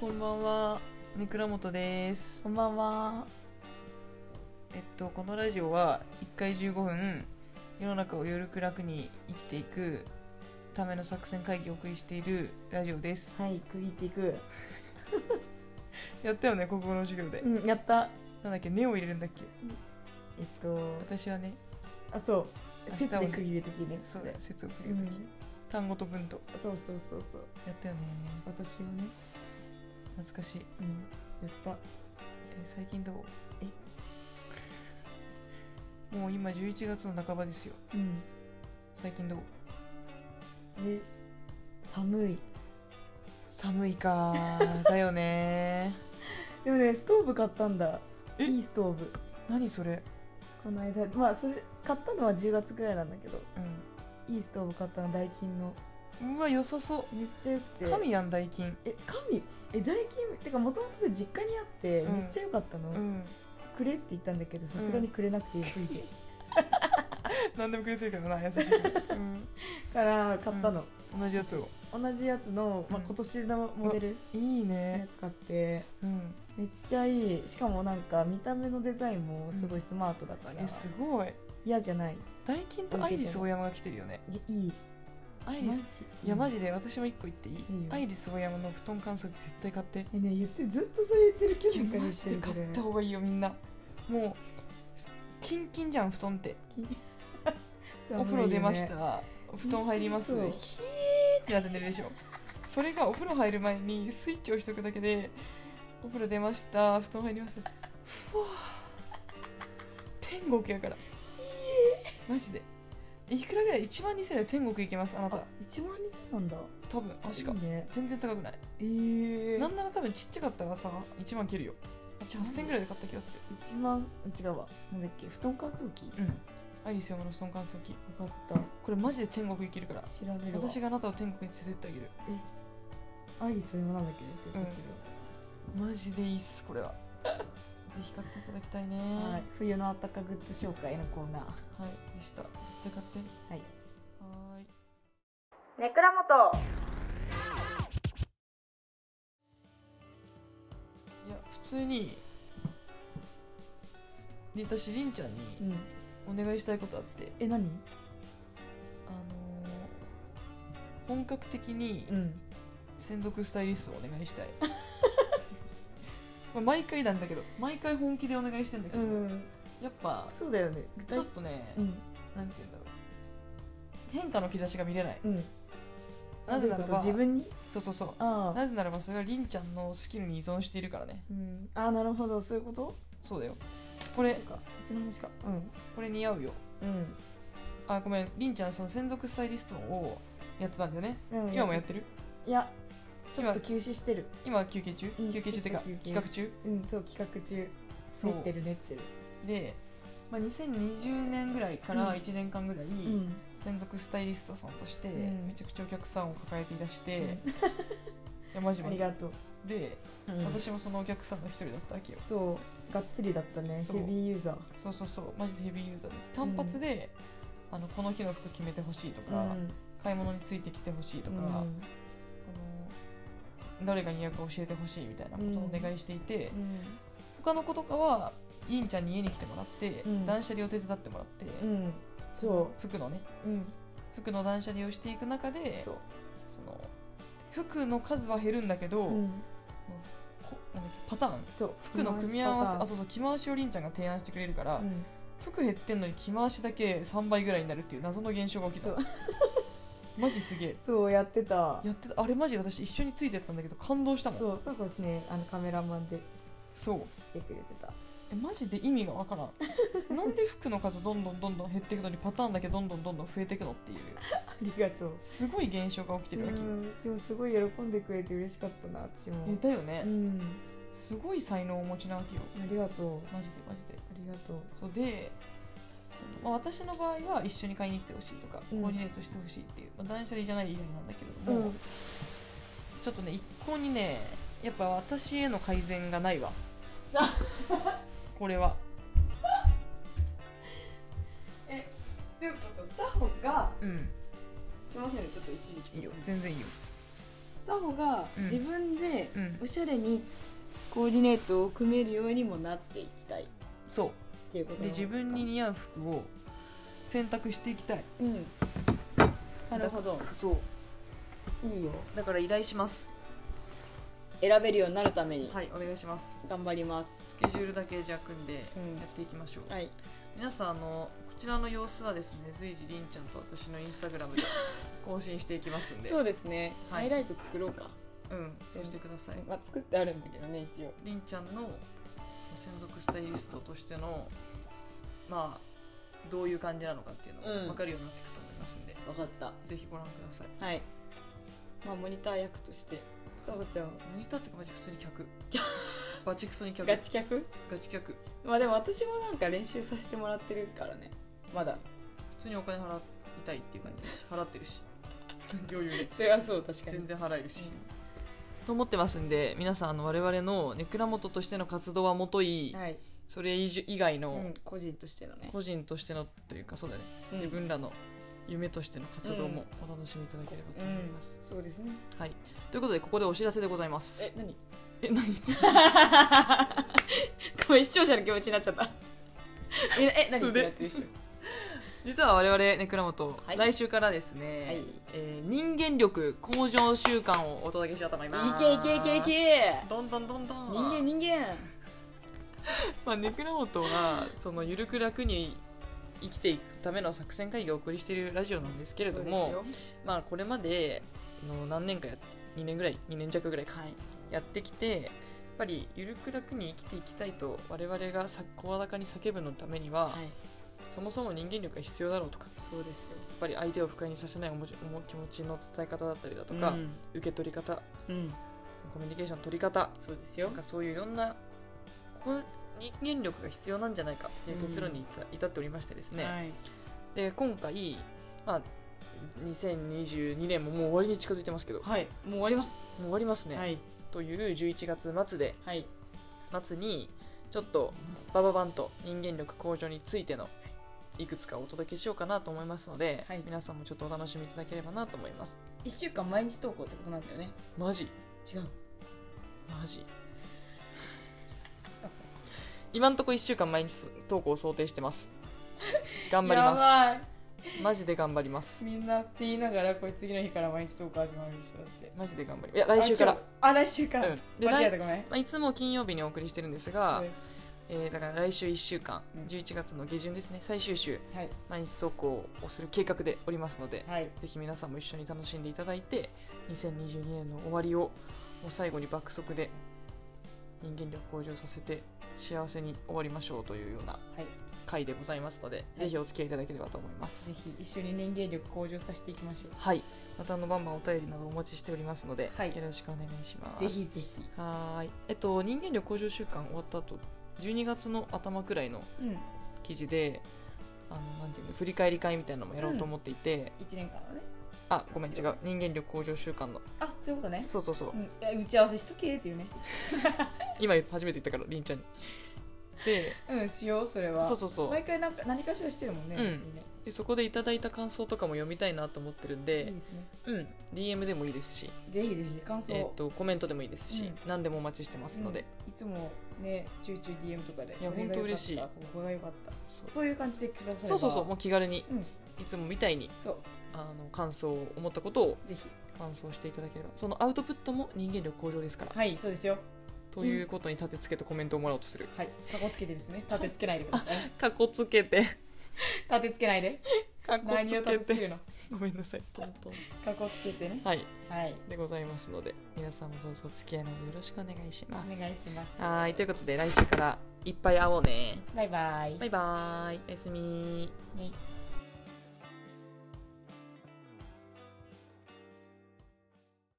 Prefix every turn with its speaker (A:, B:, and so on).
A: こんばんは、ねくらもとです
B: こ。んばんは。
A: えっと、このラジオは1回15分、世の中をゆるく楽に生きていくための作戦会議をお送りしているラジオです。
B: はい、区切っていく。
A: やったよね、国語の授業で。
B: うん、やった。
A: なんだっけ、根を入れるんだっけ
B: えっと、
A: 私はね、
B: あ、そ
A: 明
B: う。
A: 日
B: 節
A: も
B: で区切るときね。
A: そうだよ、説を送
B: う
A: るとき、
B: ん。
A: 単語と文と。
B: そうそうそうそう。
A: やったよね。
B: 私をね。
A: 懐かしい。
B: うん。やった。
A: え最近どうえもう今11月の半ばですよ。
B: うん。
A: 最近どう
B: え、寒い。
A: 寒いかーだよね
B: でもね、ストーブ買ったんだ。
A: え
B: いいストーブ。
A: ー何それ
B: この間、まあ、それ、買ったのは10月くらいなんだけど、
A: う
B: いいストーブ買ったの、ダイキンの。
A: んうわ良さそ
B: めっちゃ良く
A: う
B: て。
A: 神やんダイキン
B: え、神え、ダイキン、てか、もともとそれ実家にあって、
A: うん
B: めっちゃ良かったの。
A: うん
B: くれって言ったんだけど、さすがにくれなくて良すぎて。
A: 何でもくれそうやけどな優しい、 うん、
B: から買ったの、
A: 同じやつを
B: 同じやつの、まあ
A: うん
B: 今年のモデル
A: いい
B: のや
A: ね
B: つ買って
A: うん
B: めっちゃいいしかもなんか見た目のデザインもすごいスマートだから
A: えすごい
B: 嫌じゃない
A: ダイキンとアイリスオーヤマが来てるよね
B: いいい
A: アイリ
B: マジ
A: スいやマ
B: ジ
A: ジで私も一個言っていい
B: いいよ
A: アイリスオーヤマの布団乾燥機絶対買って
B: えね言ってずっとそれ言ってる
A: い
B: 気
A: や
B: 分から
A: マ
B: 言っ
A: ジ
B: て
A: で
B: る
A: 買
B: それ
A: った方がいいよみんなもうキンキンじゃん布団って
B: 寒いよね
A: お風呂出ました布団入りますヒ
B: そう
A: ーってなって寝るでしょそれがお風呂入る前にスイッチを押しとくだけでお風呂出ました布団入りますふわー天国やからマジでいくらぐらい1万2000円で天国行けますあな
B: あ
A: た
B: 1万2000なんだ
A: 多分
B: あ
A: 確か
B: いいね
A: 全然高くない
B: えー、
A: なんなら多分ちっちゃかったらさ1万切るよ私8000円ぐらいで買った気がする
B: 1万違うわなんだっけ布団乾燥機
A: うんアイリス用の布団乾燥機
B: 分かった
A: これマジで天国行けるから
B: 調べるわ
A: 私があなたを天国に連れてってあげる
B: アイリスもなんだっけど絶対言ってるよ
A: マジでいいっすこれは ぜひ買っていただきたいね
B: はい、冬のあったかグッズ紹介のコーナー。は
A: はい、でした絶対買って
B: い。
A: はーい
B: ネクラモト。
A: いや普通にで私りんちゃんに
B: うん。
A: お願いしたいことあって、
B: え、何？
A: あのー本格的に
B: うん。
A: 専属スタイリストをお願いした い、まあ毎回なんだけど毎回本気でお願いしてんだけ
B: う
A: ど、
B: ん。
A: やっぱ
B: そうだよね。具
A: ち
B: 体
A: ょっ。とね、
B: うん。
A: なんて言うんだろう変化の兆しが見れない
B: うん。
A: なぜな
B: どういう
A: ら
B: こと
A: ば
B: 自分に？
A: そうそうそう
B: ああ。
A: なぜならばそれはりんちゃんのスキルに依存しているからね
B: うん。ああ、なるほど。そういうこと？
A: そうだよこれ
B: とか、そっちの話か。う
A: これ似合うよ
B: ん。
A: あごめんりんちゃんその専属スタイリストをやってたんだよね
B: うん。うん。
A: 今もやってる
B: いや、ちょっと休止してる。
A: 今休憩中
B: うん
A: 休憩中ってか
B: ちょっと休憩
A: 企画中
B: うん。そう企画中。
A: そ
B: 練
A: う
B: ってる練ってる。
A: で、まあ、2020年ぐらいから
B: うん
A: 1年間ぐらい
B: うん。
A: 専属スタイリストさんとして
B: ん
A: めちゃくちゃお客さんを抱えていらして、
B: うん
A: いやマジ
B: あ
A: マ
B: り
A: ジ
B: がとう。
A: で、
B: うん
A: 私もそのお客さんの一人だったわけよ
B: そう。がっつりだったね。ヘ
A: そう
B: ビーユーザー。
A: そうそうそうマジでヘビーユーザーで単発で、あのこの日の服決めてほしいとか、
B: うん。
A: 買い物についてきてほしいとか、あの誰が似合うか教えてほしいみたいなことをお願いしていて、
B: うん。
A: 他の子とかはりんちゃんに家に来てもらって、
B: うん
A: 断捨離を手伝ってもらって、
B: うん。うん。そ
A: 服のね
B: う。うん。
A: 服の断捨離をしていく中で
B: そう。
A: その服の数は減るんだけど、
B: うん。
A: こなんだっけパターン
B: そう
A: 服の組み合わせあそ
B: そ
A: うそう着回しをりんちゃんが提案してくれるから、
B: うん、
A: 服減ってんのに着回しだけ3倍ぐらいになるっていう謎の現象が起きた
B: そう
A: マジすげえ
B: そうやってた
A: やってたあれマジ私一緒についてったんだけど感動したもんそう
B: そうそうですねあのカメラマンで来てくれてた
A: えマジで意味がわから んなんで服の数どんどんどんどん減っていくのにパターンだけどんどんどんどん増えていくのっていう
B: ありがとう
A: すごい現象が起きてるわけよ、
B: うんでもすごい喜んでくれて嬉しかったな私も
A: えだよ
B: う
A: ね、
B: ん
A: すごい才能をお持ちなわけよ
B: ありがとう
A: マジでマジで
B: ありがとう
A: そうでそのまあ、私の場合は一緒に買いに来てほしいとか、
B: うん
A: コーディネートしてほしいっていう、まあ、断捨離じゃない以外なんだけれども、
B: うん
A: ちょっとね一向にねやっぱ私への改善が ないわこれは
B: えということサホが
A: うん
B: すいませんねちょっと一時期
A: いいよ全然いいよ
B: サホが
A: うん
B: 自分で
A: うん
B: おしゃれにコーディネートを組めるようにもなっていきたいっ
A: そ
B: ていうこと
A: うで自分に似合う服を選択していきたい
B: うんなるほど
A: そう
B: いいよ
A: だから依頼します
B: 選べるようになるために
A: はいお願いします
B: 頑張ります
A: スケジュールだけじゃあ組んでや
B: うん
A: っていきましょう、
B: はい
A: 皆さんあのこちらの様子はですね随時りんちゃんと私のインスタグラムで更新していきますん で
B: そうですね
A: はい
B: ハイライト作ろうか
A: うんそうしてください
B: まあ作ってあるんだけどね一応
A: りんちゃんのその専属スタイリストとしてのすまあどういう感じなのかっていうのが
B: うん
A: 分かるようになっていくと思いますんで、
B: 分かった
A: ぜひご覧ください
B: はいまあモニター役としてサホちゃんは
A: モニターってかマジ普通に 客バチクソに客
B: ガチ客
A: ガチ客
B: まあでも私もなんか練習させてもらってるからねまだ
A: 普通にお金払いたいっていう感じだし払ってる し余裕で
B: それはそう確かに
A: 全然払えるし、と思ってますんで皆さんあの我々のネクラ元としての活動はもとい、
B: はい、
A: それ以上以外
B: う
A: の
B: ん、個人としてのね
A: 個人としてのというかそうだね、
B: うん
A: 自分らの夢としての活動もお楽しみいただければと思います、
B: そうですね
A: はい、ということでここでお知らせでございます
B: え何
A: え何
B: ごめん視聴者の気持ちになっちゃったみんなえ何
A: 素
B: って
A: で
B: なってるでしょ
A: 実は我々ネクラ元、
B: はい
A: 来週からですね、
B: はい
A: えー人間力向上週間をお届けしようと思います
B: いけいけいけいけ
A: どんどんどんどん
B: 人間人間
A: まあ、ネクラモトはそのゆるく楽に生きていくための作戦会議をお送りしているラジオなんですけれど
B: そ
A: も、
B: うです
A: まあ、これまでの何年かやって2年ぐらい2年弱ぐらいか、
B: よはい
A: やってきてやっぱりゆるく楽に生きていきたいと我々がさ声高に叫ぶのためには、
B: はい
A: そもそも人間力が必要だろうとかや
B: そうですよ
A: っぱり相手を不快にさせないおもちおも気持ちの伝え方だったりだとか、
B: うん、
A: 受け取り方
B: うん
A: コミュニケーションの取り方
B: そうです
A: な
B: よ
A: んかそういういろんなこう人間力が必要なんじゃないかっていう結論に至至っておりましてですね、
B: はい
A: で今回、まあ、2022年ももう終わりに近づいてますけども
B: はいもう終わります
A: う終わりますね、
B: はい
A: という11月末で
B: はい
A: 末にちょっとバババンと人間力向上についてのいくつかお届けしようかなと思いますので、
B: はい
A: 皆さんもちょっとお楽しみいただければなと思います
B: 1週間毎日投稿ってことなんだよね
A: マジ
B: 違う
A: マジ今んとこ1週間毎日投稿を想定してます頑張り
B: や
A: ま
B: ばい
A: すマジで頑張ります
B: みんなって言いながらこれ次の日から毎日投稿始まるでしょだって
A: マジで頑張りいや来週から
B: あ今日あ来週か、
A: うんで
B: 間違えたごめん
A: まあ、いつも金曜日にお送りしてるんです
B: そ
A: が
B: うです
A: えーだから来週1週間、
B: うん
A: 11月の下旬ですね最終週
B: はい
A: 毎日投稿をする計画でおりますので、
B: はい
A: ぜひ皆さんも一緒に楽しんでいただいて2022年の終わりをもう最後に爆速で人間力向上させて幸せに終わりましょうというような
B: はい
A: 回でございますので、
B: い
A: ぜひお付き合いいただければと思います。
B: ぜひ一緒に人間力向上させていきましょ
A: はい、またあのバンバンお便りなどお待ちしておりますので、
B: はい
A: よろしくお願いします。
B: うぜひぜひ
A: はーい。えっと人間力向上週間終わった後、12月の頭くらいの
B: うん
A: 記事で、あのなんていうの振り返り会みたいなのもやろうと思っていて、
B: 1年間のね
A: あごめん違う人間力向上週間の
B: あそういうことね
A: そうそうそう、
B: うんえ打ち合わせしとけっていうね
A: 今初めて言ったからりんちゃんに。で
B: うんしようそれは
A: そうそうそう
B: 毎回なんか何かしらしてるもんね、
A: うん
B: 別にね
A: でそこでいただいた感想とかも読みたいなと思ってるん
B: いい
A: で
B: で、すね
A: うん、DM でもいいですし、
B: ぜひぜひ感想、
A: えっとコメントでもいいですし、
B: うん
A: 何でもお待ちしてますので、
B: うんいつもねちょいちょい DM とかで
A: いや
B: これが
A: ほんと嬉しい
B: 良かったここが良かっ
A: そう
B: たそういう感じでください
A: そうそうそうもう気軽に
B: うん
A: いつもみたいに
B: そう
A: あの感想を思ったことを
B: ぜひ
A: 感想していただければそのアウトプットも人間力向上ですから、
B: はいそうですよ
A: ということに立てつけてコメントをもらおうとする
B: はいかこつけてですね立てつけないでくださ いね
A: かっこつけて
B: 立てつけないで
A: かっこ
B: 何
A: つ
B: を立
A: け
B: てつけ
A: て
B: るの
A: ごめんなさいトントン
B: かこつけてね
A: はい
B: はい
A: でございますので皆さんもどうぞお付き合いのほどよろしくお願いしま
B: お
A: す
B: 願いします
A: はーいということで来週からいっぱい会おうね
B: バイバイ
A: バイバーイおやすみ
B: ね